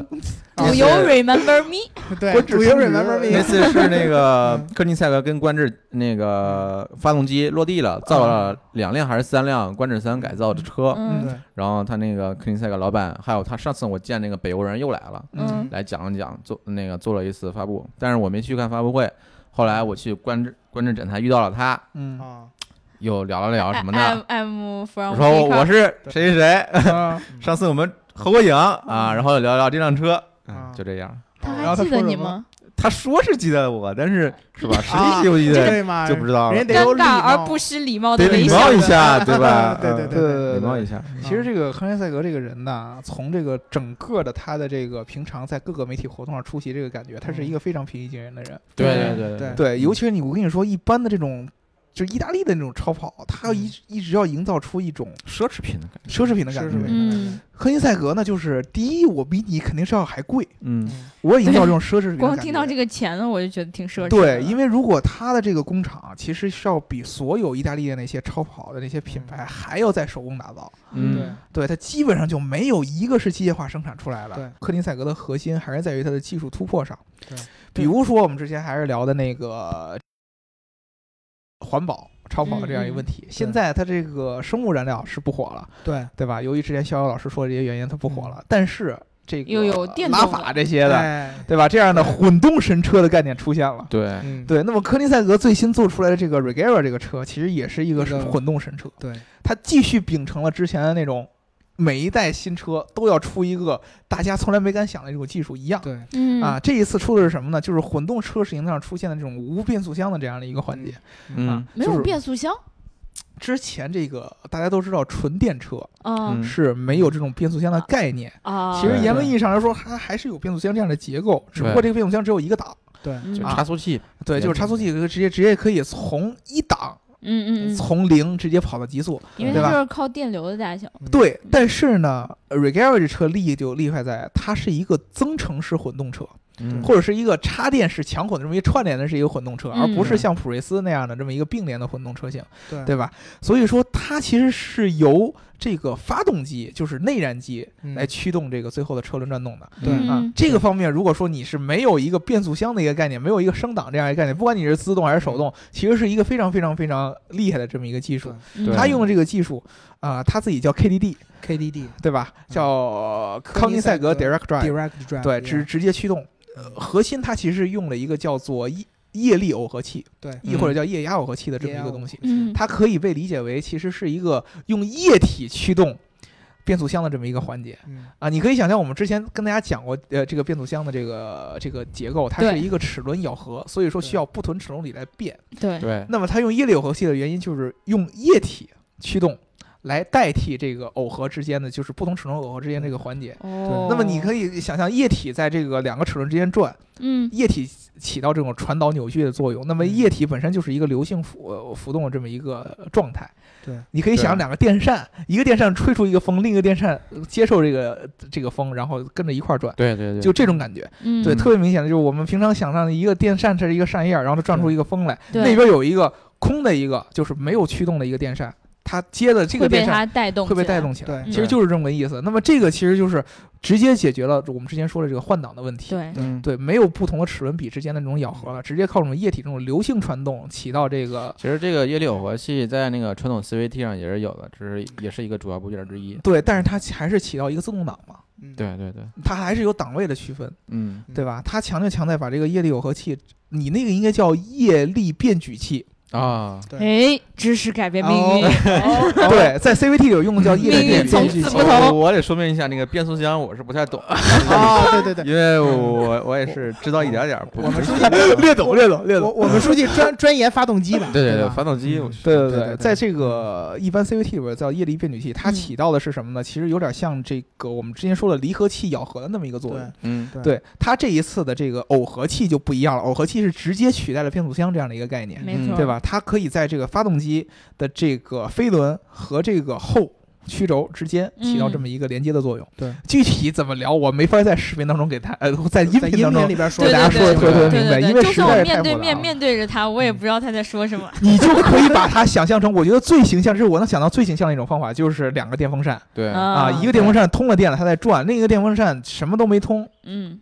Do you remember me？对我对，只主要是 remember 那 me，次是那个科尼赛格跟观致那个发动机落地了，造了两辆还是三辆观致三改造的哦车，嗯对然后他那个科尼赛格老板，还有他上次我见那个北欧人又来了，嗯来讲了讲，做那个做了一次发布，但是我没去看发布会。后来我去观致观致展台遇到了他，嗯啊，又聊了聊什么哎？I'm 的。 I'm 我 from 说 Bangkok。我是谁谁谁，啊，上次我们合过影啊，然后聊聊这辆车，嗯啊就这样。他然后还他记得说你什么吗？他说是记得我，但是 (laughs) 是吧，实际啊记不记得对嘛，就不知啊道了人，家得有尴礼尬貌啊而不失礼貌的得微礼笑。貌一下，对吧？ (laughs) 对对嗯对对礼貌对。一嗯下。其实这个康迪赛格这个人呢，从这个整个的他的这个平常在各个媒体活动上出席这个感觉，他是一个非常平易近人的人。对对对对对，尤其是你，我跟你说，一般的这种。就是意大利的那种超跑，它要一一直要营造出一种奢侈品的感觉。奢侈品的是感是觉。嗯嗯，科尼赛格呢，就是第一，我比你肯定是要还贵，嗯我要营造这种奢侈品的感觉。光听到这个钱了，我就觉得挺奢侈的。对，因为如果它的这个工厂啊其实是要比所有意大利的那些超跑的那些品嗯牌还要再手工打造，对嗯，对它基本上就没有一个是机械化生产出来的。对，科林赛格的核心还是在于它的技术突破上。对，比如说我们之前还是聊的那个环保超跑嗯的这样一个问题，现在它这个生物燃料是不火了，对，对吧？由于之前逍遥老师说的这些原因，它不火了，但是这个嗯又有电拉动哎法了这些的，对，对吧？这样的混动神车的概念出现了。对，嗯对，那么科林赛格最新做出来的这个 Regera 这个车，其实也是一个这个混动神车，对，它继续秉承了之前的那种，每一代新车都要出一个大家从来没敢想的这种技术一样。对，嗯啊，这一次出的是什么呢？就是混动车市营上出现的这种无变速箱的这样的一个环节、嗯啊，，没就有是变速箱之前这个大家都知道，纯电车啊嗯是没有这种变速箱的概念。啊！其实对严格意义上来说，它还是有变速箱这样的结构，只不过对这个变速箱只有一个档。对，嗯就啊差速器，对，就是差速器直接直接可以从一档嗯嗯嗯，从零直接跑到极速。因为对它吧就是嗯靠电流的大小，对，但是呢 r e g a r 这车厉就厉害在它是一个增程式混动车，嗯或者是一个插电式强混的这么一串联的是一个混动车，而不是嗯像普锐斯那样的这么一个并联的混动车型，对对吧？所以说它其实是由这个发动机，就是内燃机嗯来驱动这个最后的车轮转动的。对嗯啊，这个方面，如果说你是没有一个变速箱的一个概念，没有一个升档这样一个概念，不管你是自动还是手动，其实是一个非常非常非常厉害的这么一个技术。嗯对他用的这个技术，啊、他自己叫 KDD， KDD 对吧？叫嗯康尼赛格康尼 Direct Drive， Direct Drive，对，直直接驱动。呃核心它其实用了一个叫做液液力耦合器，对 E 亦嗯或者叫液压耦合器的这么一个东西。嗯，它可以被理解为其实是一个用液体驱动变速箱的这么一个环节嗯啊。你可以想象，我们之前跟大家讲过，呃，这个变速箱的这个这个结构，它是对一个齿轮咬合，所以说对需要不同齿轮里来变。对，对，那么它用液力耦合器的原因就是用液体驱动来代替这个耦合之间的，就是不同齿轮耦合之间这个环节。哦，那么你可以想象液体在这个两个齿轮之间转，嗯液体起到这种传导扭矩的作用。那么嗯液体本身就是一个流性浮呃浮动的这么一个呃状态。对，你可以对想象两个电扇，一个电扇吹出一个风，另一个电扇呃接受这个这个风，然后跟着一块儿转，对对对，就这种感觉。嗯，对，嗯特别明显的就是我们平常想象的一个电扇是一个扇叶儿，然后它转出一个风来，对那边有一个空的一个就是没有驱动的一个电扇，它接的这会个被电扇它带动，会被带，动起来。嗯对其实就是这么个意思。那么这个其实就是直接解决了我们之前说的这个换挡的问题。对，嗯，对没有不同的齿轮比之间的那种咬合了，直接靠这种液体这种流性传动起到这个。其实这个液力耦合器在那个传统 CVT 上也是有的，只是也是一个主要部件之一。对，但是它还是起到一个自动挡嘛，嗯对对对，它还是有档位的区分，嗯，对吧？它强就强在把这个液力耦合器，你那个应该叫液力变矩器，啊，嗯哎，知识改变命运，哦对，在 CVT 有用的叫液哦命力运变从变矩此器不。同。我得说明一下，那个变速箱我是不太懂，啊，对对对，因为我我也是知道一点点儿，不我们不书是记 (laughs) 略懂略懂略我懂。我们书记专专研发 (laughs) 动机吧，对对对对，吧发动机，我对对对对对在这个一般 CVT 里边叫液力变矩器，它嗯起到的是什么呢？其实有点像这个我们之前说的离合器咬合的那么一个作用对。嗯对对它这一次的这个耦合器就不一样了，耦合器是直接取代了变速箱这样的一个概念，没错，嗯对？吧？它可以在这个发动机的这个飞轮和这个后驱轴之间起到这么一个连接的作用。对具体怎么聊，我没法在视频当中给他，呃，在音在频音当频中里边说对给的大家对说的对特别对特别明白，对对，因为就实算我在是面太对复杂面了。啊嗯面对着它，我也不知道它在说什么。你就可以把它想象成，我觉得最形象，这是我能想到最形象的一种方法，就是两个电风扇对，啊，嗯一个电风扇通了电了，它在转；另一个电风扇什么都没通，嗯，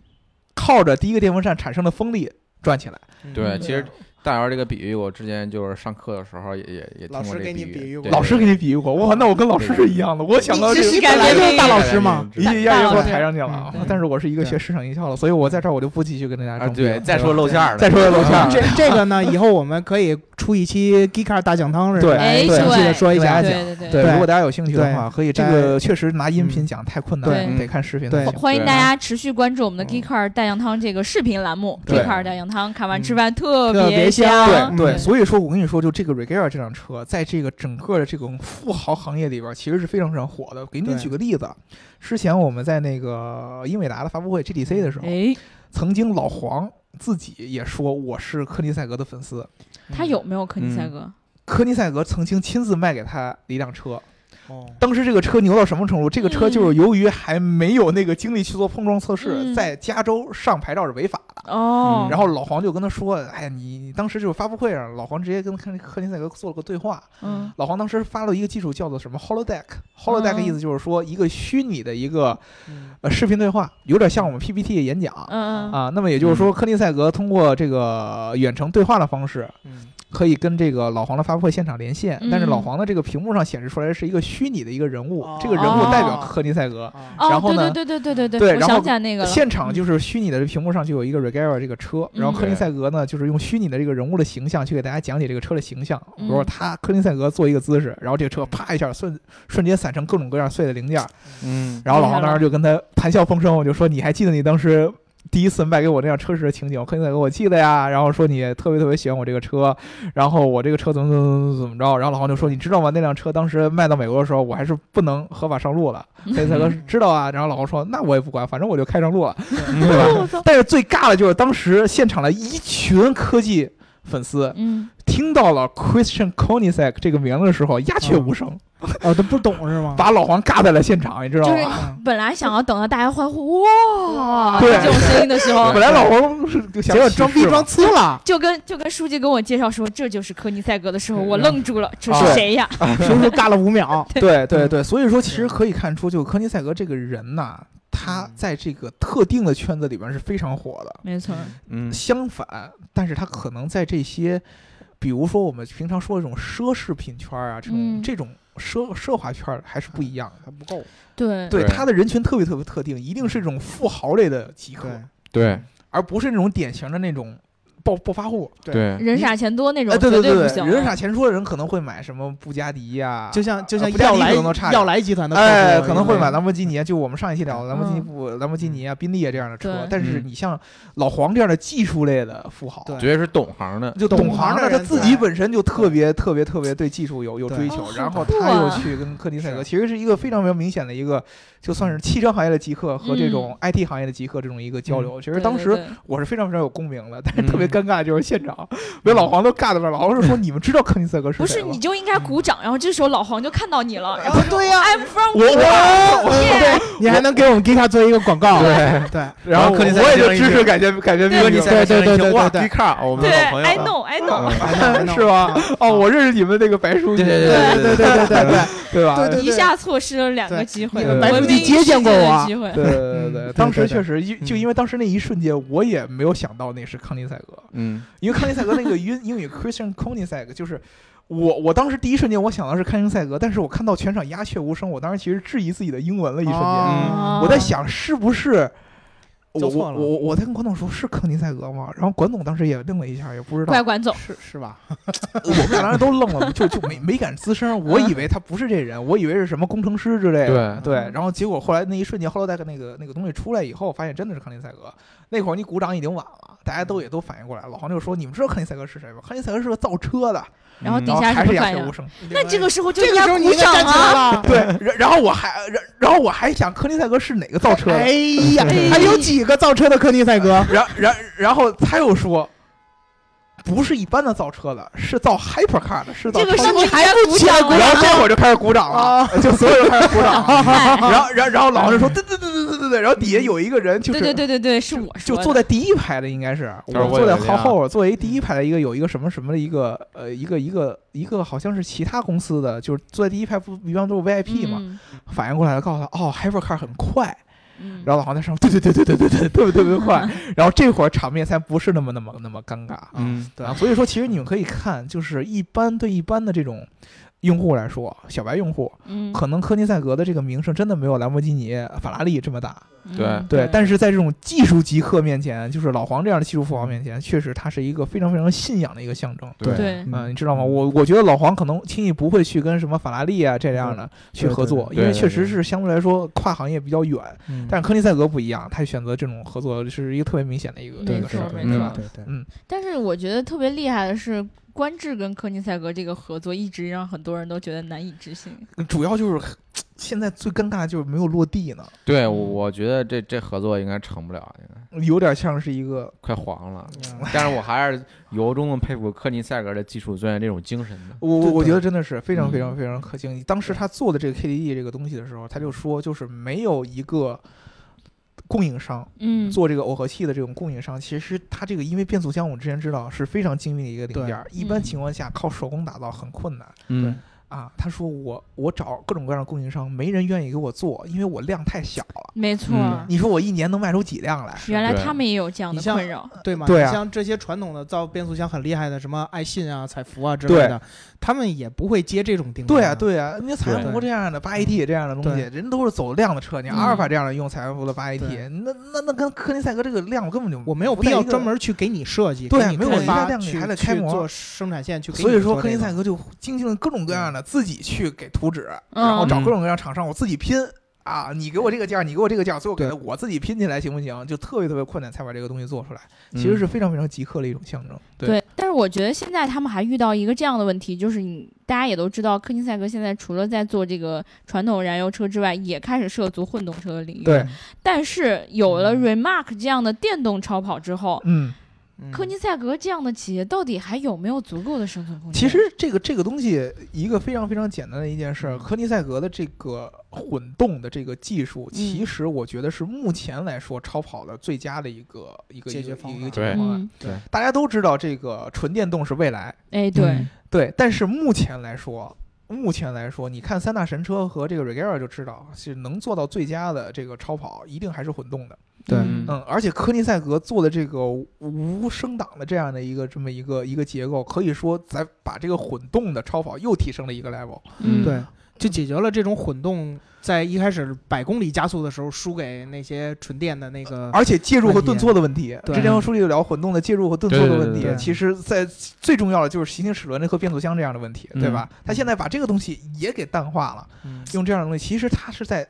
靠着第一个电风扇产生的风力转起来。对，嗯其实大姚这个比喻，我之前就是上课的时候也也也老听师过这给个你比喻喻过，对老师给你比喻过，哇，那我跟老师是一样的。我想到你这是个西感觉就是大老师嘛嘛，一下一下就给我抬上去了大老啊师！嗯但是我是一个学市场营销的，所以我在这儿我就不继续跟大家啊，争辩对，了再说吧露馅儿了，再说露馅儿这这个呢，以后我们可以出一期 g e e k a r 大讲堂，对来哎详细的说一对下大。对家对对对，对如果大家有兴趣的话，可以这个确实拿音频嗯讲太困难了，对得看视频才对行。欢迎对大家持续关注我们的嗯 Geek Car 大酱汤这个视频栏目对，Geek Car 大酱汤看完嗯吃饭特特别香香，嗯对，对所以说我跟你说，就这个 Regera 这辆车，在这个整个的这种富豪行业里边，其实是非常非常火的。给你对举个例子，之前我们在那个英伟达的发布会 GDC 的时候，哎，曾经老黄自己也说我是科尼塞格的粉丝，他有没有科尼赛嗯哥？科尼塞格曾经亲自卖给他一辆车，哦当时这个车牛到什么程度？这个车就是由于还没有那个精力去做碰撞测试，嗯在加州上牌照是违法的。哦，嗯然后老黄就跟他说：“哎呀，你你当时就是发布会上，老黄直接跟科科尼塞格做了个对话。嗯老黄当时发了一个技术叫做什么 holodeck，holodeck 嗯意思就是说一个虚拟的一个嗯呃视频对话，有点像我们 PPT 演讲。嗯嗯，啊，那么也就是说，科尼塞格通过这个远程对话的方式，嗯可以跟这个老黄的发布会现场连线，但是老嗯黄的这个屏幕上显示出来是一个虚拟的一个人物，哦这个人物代表哦科尼塞格。啊哦，然后对呢对对对对对对我然后想起来那个了，现场就是虚拟的这屏幕上就有一个 Regera 这个车，然后嗯科尼对塞格呢就是用虚拟的这个人物的形象去给大家讲解这个车的形象，比如说嗯他科尼塞格做一个姿势，然后这个车啪一下瞬瞬间散成各种各样碎的零件，嗯，然后老厉害黄当时了就跟他谈笑风生，我就说你还记得你当时第一次卖给我那辆车时的情景？科尼塞格我记得呀，然后说你特别特别喜欢我这个车，然后我这个车怎么怎么怎么怎么着，然后老黄就说你知道吗？那辆车当时卖到美国的时候，我还是不能合法上 (laughs) 路了。科尼塞格是知道啊，然后老黄说那我也不管，反正我 (laughs) 就开上路了，对吧？但是最尬的就是当时现场的一群科技。粉丝嗯，听到了 Christian Koenigsegg 这个名字的时候鸦雀无声，哦，都不懂是吗？把老黄尬在了现场，你知嗯道就吗？是嗯本来想要等到大家欢呼哇对这种声音的时候啊本，来老黄是就想结果起装逼是吧装 (laughs) 呲了，就跟就跟书记跟我介绍说这就是科尼赛格的时候，我愣住了，这嗯啊对是谁呀？叔叔尬了 (laughs) 五秒。对嗯对对，所以说其实可以看出，就科尼塞格这个人呐、他嗯在这个特定的圈子里边是非常火的。没 (laughs) 错， (laughs) 嗯相反，但是他可能在这些，比如说我们平常说的这种奢侈品圈啊，这种、嗯这种奢奢华圈儿还是不一样的，还不够，对对对他的人群特别特别特定，一定是这种富豪类的极客，对，对而不是那种典型的那种暴暴发户。对，人傻钱多那种，哎，对绝对不对，行。啊人傻钱多的人可能会买什么布加迪呀、就像就像呃布加要迪来可能都差点要来集团的客户，哎，可能会买到兰博基尼啊，就我们上一期聊的兰博基尼、不兰博基尼啊、宾利啊这样的车嗯对，但是嗯你像老黄这样的技术类的富豪，对绝对是懂行的，就懂懂行行的的，他人自己本身就特别特别特别对技术有有追对哦求，好然后酷他又啊去跟科尼塞格，是嗯其实是一个非常非常明显的一个，就算是汽车行业的极客和这嗯种 IT 行业的极客这种一个交流。其实对当对时对我是非常非常有共鸣的，但是特别嗯尴尬就是现场被老黄都尬在那儿，老黄是 (laughs) 说你们知道科尼塞格是不谁是吗你？就应该鼓掌，然后这时候老黄就看到你了，然后啊，对 (laughs) 呀， I'm from 我我我 yeah，你还能给我们 Gika 做一个广告，对，对，然后科尼塞我也格就先支生一持改变改变命哥，运你了。现在对对一对 (laughs) 听，对哇对，B 卡，我们对哎的好朋友，I 啊， know I know，嗯是吧？哦， (laughs) 我认识你们那个白书记，对对对对对对对对，对吧？对对一下错失了两个机会，你们白文书明记接见过我啊世界的机会，对对对对，嗯 (laughs) 当时对对确实，因就因为当时那一瞬间，我也没有想到那是康尼塞格，嗯因为康尼塞格那个英 (laughs) 英语 Christian Koenigsegg 就是我，我当时第一瞬间我想到是康尼塞格，但是我看到全场鸦雀无声，我当时其实质疑自己的英文了 (laughs) 一瞬间，嗯哦我在想是不是。我做我错了我我在跟管总说，是康尼塞格吗？然后管总当时也愣了一下，也不知道怪，管总，是是吧？ (laughs) 我们俩人都愣了，就就没没敢吱声。我以为他不是这人，我以为是什么工程师之类的。对对嗯，然后结果后来那一瞬间，后来那个那个那个东西出来以后，发现真的是康尼塞格。那会儿你鼓掌已经晚了，大家都也都反应过来了。老黄就说：“你们知道康尼塞格是谁吗？康尼塞格是个造车的。然后”底然后下还什是么鸦反雀无应？声。那这个时候就这应个时该候你鼓应该掌站起来啊！了，对，然然后我还然然后我还想康尼塞格是哪个造 (laughs) 车哎的，呀 (laughs) 哎，还有几个造车的科尼赛哥？然然然后他又说。不是一般的造车的，是造 hypercar 的，是造这个超时候你还鼓起来掌鼓然啊后这会儿就开始鼓掌了，就所有人开始鼓掌了。哎然后，然后，然后老王就说：“对对对对对对对。”然后底下有一个人就对对是对对对，是我就说坐的在第一排的，应该是但是我我坐在以为靠啊后，我作为第一排的一个有一个什么什么的一个呃一个一个一个好像是其他公司的，就是坐在第一排不一般都是 VIP 嘛，嗯反应过来了，告诉他哦，hypercar 很快。嗯然后老王在上面对对对对对对对，特别特别快。然后这会儿场面才不是那么那么那么尴尬。嗯，对啊，所以说其实你们可以看，就是一般对一般的这种用户来说，小白用户，嗯可能科尼赛格的这个名声真的没有兰博基尼、法拉利这么大，嗯对对。但是在这种技术极客面前，就是老黄这样的技术富豪面前，确实他是一个非常非常信仰的一个象征。对对嗯、你知道吗？我我觉得老黄可能轻易不会去跟什么法拉利啊这样的去对合对作，对因为对确实对是相对来说跨行业比较远。嗯但是科尼赛格不一样，他选择这种合作是一个特别明显的一个对一个事儿，没对错吧？对对，但是我觉得特别厉害的是，官至跟科尼塞格这个合作一直让很多人都觉得难以置信。主要就是现在最尴尬的就是没有落地呢，对，我我觉得这这合作应该成不了，应该有点像是一个快黄了。 (laughs) 嗯但是我还是由衷的佩服科尼塞格的技术专业这种精神的。我我对我对觉得真的是非常嗯非常非常可敬。当时他做的这个 KDE 这个东西的时候，他就说，就是没有一个供应商嗯，做这个耦合器的这种供应商，其实它这个因为变速箱我们之前知道是非常精密的一个零件儿，一般嗯情况下靠手工打造很困难。嗯，啊，他说我我找各种各样的供应商，没人愿意给我做，因为我量太小了。没错儿嗯，你说我一年能卖出几辆来？原来对他们也有这样的你像困扰。对嘛？对你啊像这些传统的造变速箱很厉害的，什么爱信啊、采孚啊之类的，他们也不会接这种订单。对啊，，对啊，你采嗯对嗯孚这样的八 AT 这样的东西，对人都是走量的车，你嗯阿尔法这样的用采孚的八 AT，对那那那跟科尼赛格这个量根本就我没有不必在要一个专。门去给你设计，对给你没有开人家发量去你还得去开模做生产线去给你所做以这个。嗯说，科尼赛格就精进了各种各样的，自己去给图纸，嗯然后找各种各样厂商，我自己拼啊！你给我这个价，你给我这个价，最后给对我自己拼起来行不行？就特别特别困难才把这个东西做出来，其嗯实是非常非常极客的一种象征。对，但是我觉得现在他们还遇到一个这样的问题，就是你大家也都知道，科尼赛格现在除了在做这个传统燃油车之外，也开始涉足混动车的领域。对，嗯但是有了 Remark 这样的电动超跑之后，嗯，嗯科尼赛格这样的企业到底还有没有足够的生存空间？其实这个这个东西，一个非常非常简单的一件嗯事，科尼赛格的这个混动的这个技术，嗯其实我觉得是目前来说超跑的最佳的一个一个解一决个方一法个解决方案。嗯，大家都知道这个纯电动是未来，哎，对嗯，对，但是目前来说。目前来说，你看三大神车和这个 Regera 就知道，是能做到最佳的这个超跑，一定还是混动的。对嗯嗯，而且科尼赛格做的这个无声档的这样的一个这么一个一个结构，可以说咱把这个混动的超跑又提升了一个 level。嗯，对，就解决了这种混动在一开始百公里加速的时候输给那些纯电的那个。而且介入和顿挫的问题，对嗯之前和书里有聊混动的介入和顿挫的问对对题对，对其实在最重要的就是行星齿轮和变速箱这样的问题，对吧？他现在把这个东西也给淡化了，嗯用这样的东西，其实他是在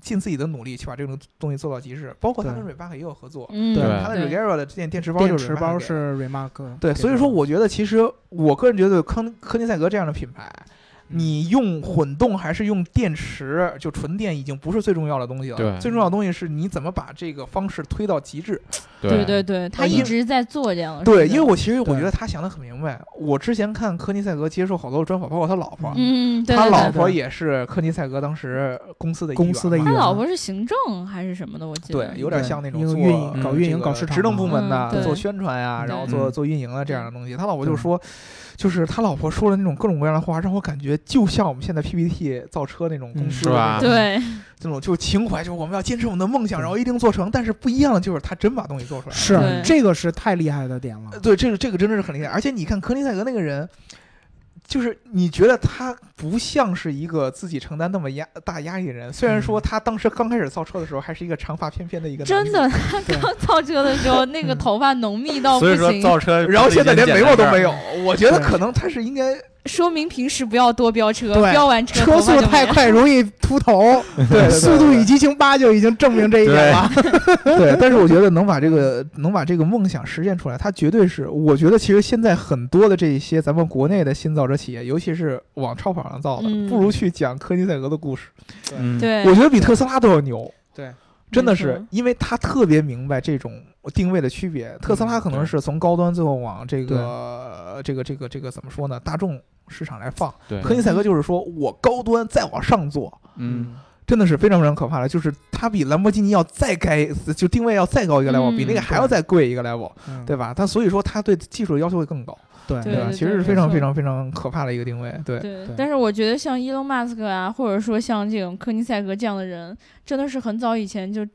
尽自己的努力去把这种东西做到极致，包括他跟对瑞巴克也有合作。嗯，对他的 Regera 的电电池包电就是池 Rebecca 包给的是 Remark，对，所以说我觉得，其实我个人觉得康科尼赛格这样的品牌，嗯你用混动还是用电池，就纯电已经不是最重要的东西了。对最重要的东西是你怎么把这个方式推到极致。对对对，他一因直在做这样的事情。对，因为我其实我对觉得他想的很明白。我之前看科尼赛格接受好多专访，包括他老婆，嗯，嗯对他对老对婆也是科尼赛格当时公司的一公员司的嘛一他员老婆是行政还是什么的，我记得。对，有点对像那种因为做运营搞呃运这营个搞市场职能嘛部门嗯的对做宣传呀，然后对做嗯做运营啊这样的东西。他老婆对就说，就是他老婆说了那种各种各样的话，让我感觉就像我们现在 PPT 造车那种公嗯司是吧的那种对，这种就情怀，就是我们要坚持我们的梦想，对然后一定做成。但是不一样的就是他真把东西做出来了。是啊对这个是太厉害的点了呃，对，这个这个真的是很厉害。而且你看科林赛格那个人。就是你觉得他不像是一个自己承担那么压大压力的人，虽然说嗯他当时刚开始造车的时候还是一个长发翩翩的一个男真子的，他对刚造车的时候，那个嗯头发浓密到不所以说行，造车，然后现在连眉毛都 (laughs) 没有，我觉得对可能他是应该说明平时不要多飙车，对飙完车车头发速就太没了。快容易秃头， (laughs) 对速度与激情八就已经证明这一点了。对，但是我觉得能把这个能把这个梦想实现出来，他绝对是。我觉得其实现在很多的这一些咱们国内的新造车企业，尤其是往超跑上造的，嗯不如去讲科尼赛格的故事，嗯，对，我觉得比特斯拉都要牛。对，真的没是错，因为他特别明白这种定位的区别。特斯拉可能是从高端最后往这对个这个这个这个怎么说呢？大众市场来放。对，科尼赛格就是说我高端再往上做，嗯，真的是非常非常可怕的，就是它比兰博基尼要再该就定位要再高一个 level，、嗯比那个还要再贵一个 level，嗯对吧？它所以说它对技术的要求会更高，对对吧？对其实是非常没错非常非常可怕的一个定位，对。对对，但是我觉得像伊隆马斯克啊，或者说像这种科尼赛格这样的人，真的是很早以前就，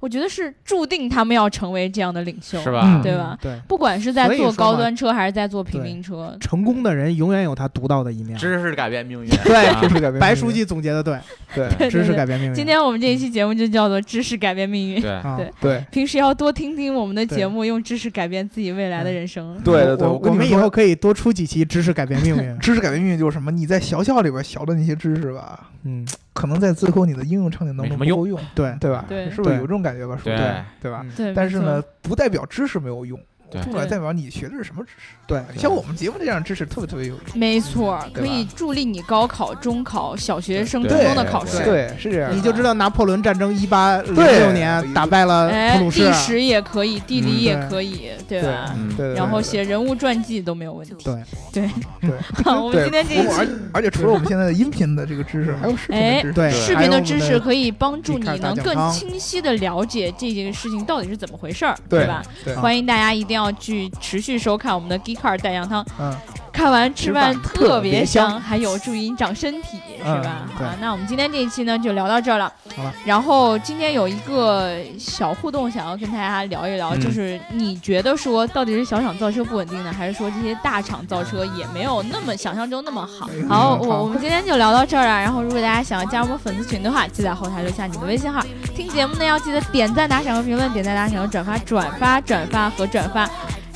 我觉得是注定他们要成为这样的领袖，是？吧？对吧？对，不管是在嗯所以做说高嘛端车还是在做平对民车，成功的人永远有他独到的一嗯面。知识改变命运，对 (laughs) 啊知识改变命运白书，记总结的对，对 (laughs) 对知识对改变命运。今天我们这一期节目就叫做“知识改变命 (laughs) 运”。对，啊对，对平时要多听听我们的节对嗯目，用知识改变自己未来的人生。对对对，我跟你们以说。后可以多出几期知识改变命运知识改变命运就是什么？你在学校里边学的那些知识吧，嗯，可能在最后你的应用场景当没中什不么够用，对，对吧？对是不是对有这种感觉吧？叔对对对吧？嗯对，但是没呢错，，不代表知识没有用，对用来代表你学的是什么知识。对，像我们节目这样知识特别特别有用。没错，对可吧以助力你高考、中考、小学生、初对中的考试。对，是这样的。你就知道拿破仑战争一八零六对年打败了哎呃普，鲁士啊历，史也可以，地理嗯也对可以，对对吧？嗯对，对然后对写人物传记都没有问题。对对对， (laughs) 好，我们对今天这一不过而期而且除了我们现在的音频的这个知识，还有视频的知识。对，视还频有的我们知识可以帮助一你开始能讲更汤清晰的了解这件事情到底是怎么回事儿，对吧？对欢迎大家一定要去持续收看我们的《g e e k a r 带羊汤》，嗯，看完吃饭特别吃饭特别香，香还有助于你长身体，是吧？对好，那我们今天这一期呢就聊到这儿了。好了然后今天有一个小互动，想要跟大家聊一聊，嗯就是你觉得说到底是小厂造车不稳定呢，还是说这些大厂造车也没有那么想象中那么好？好，我我们今天就聊到这儿了。然后如果大家想要加入我们粉丝群的话，记得后台留下你的微信号。听节目呢要记得点赞、打赏和评论，点赞、打赏和转发、转发、转发和转发。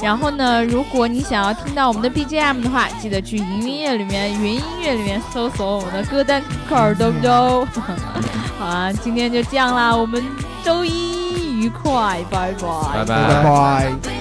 然后呢，如果你想要听到我们的 BGM 的话，记得去云音乐里面、云音乐里面搜索我们的歌单 c o 对不对？ (laughs) 好啊，今天就这样啦，我们周一愉快，拜拜拜拜。拜。拜。拜。 Baby,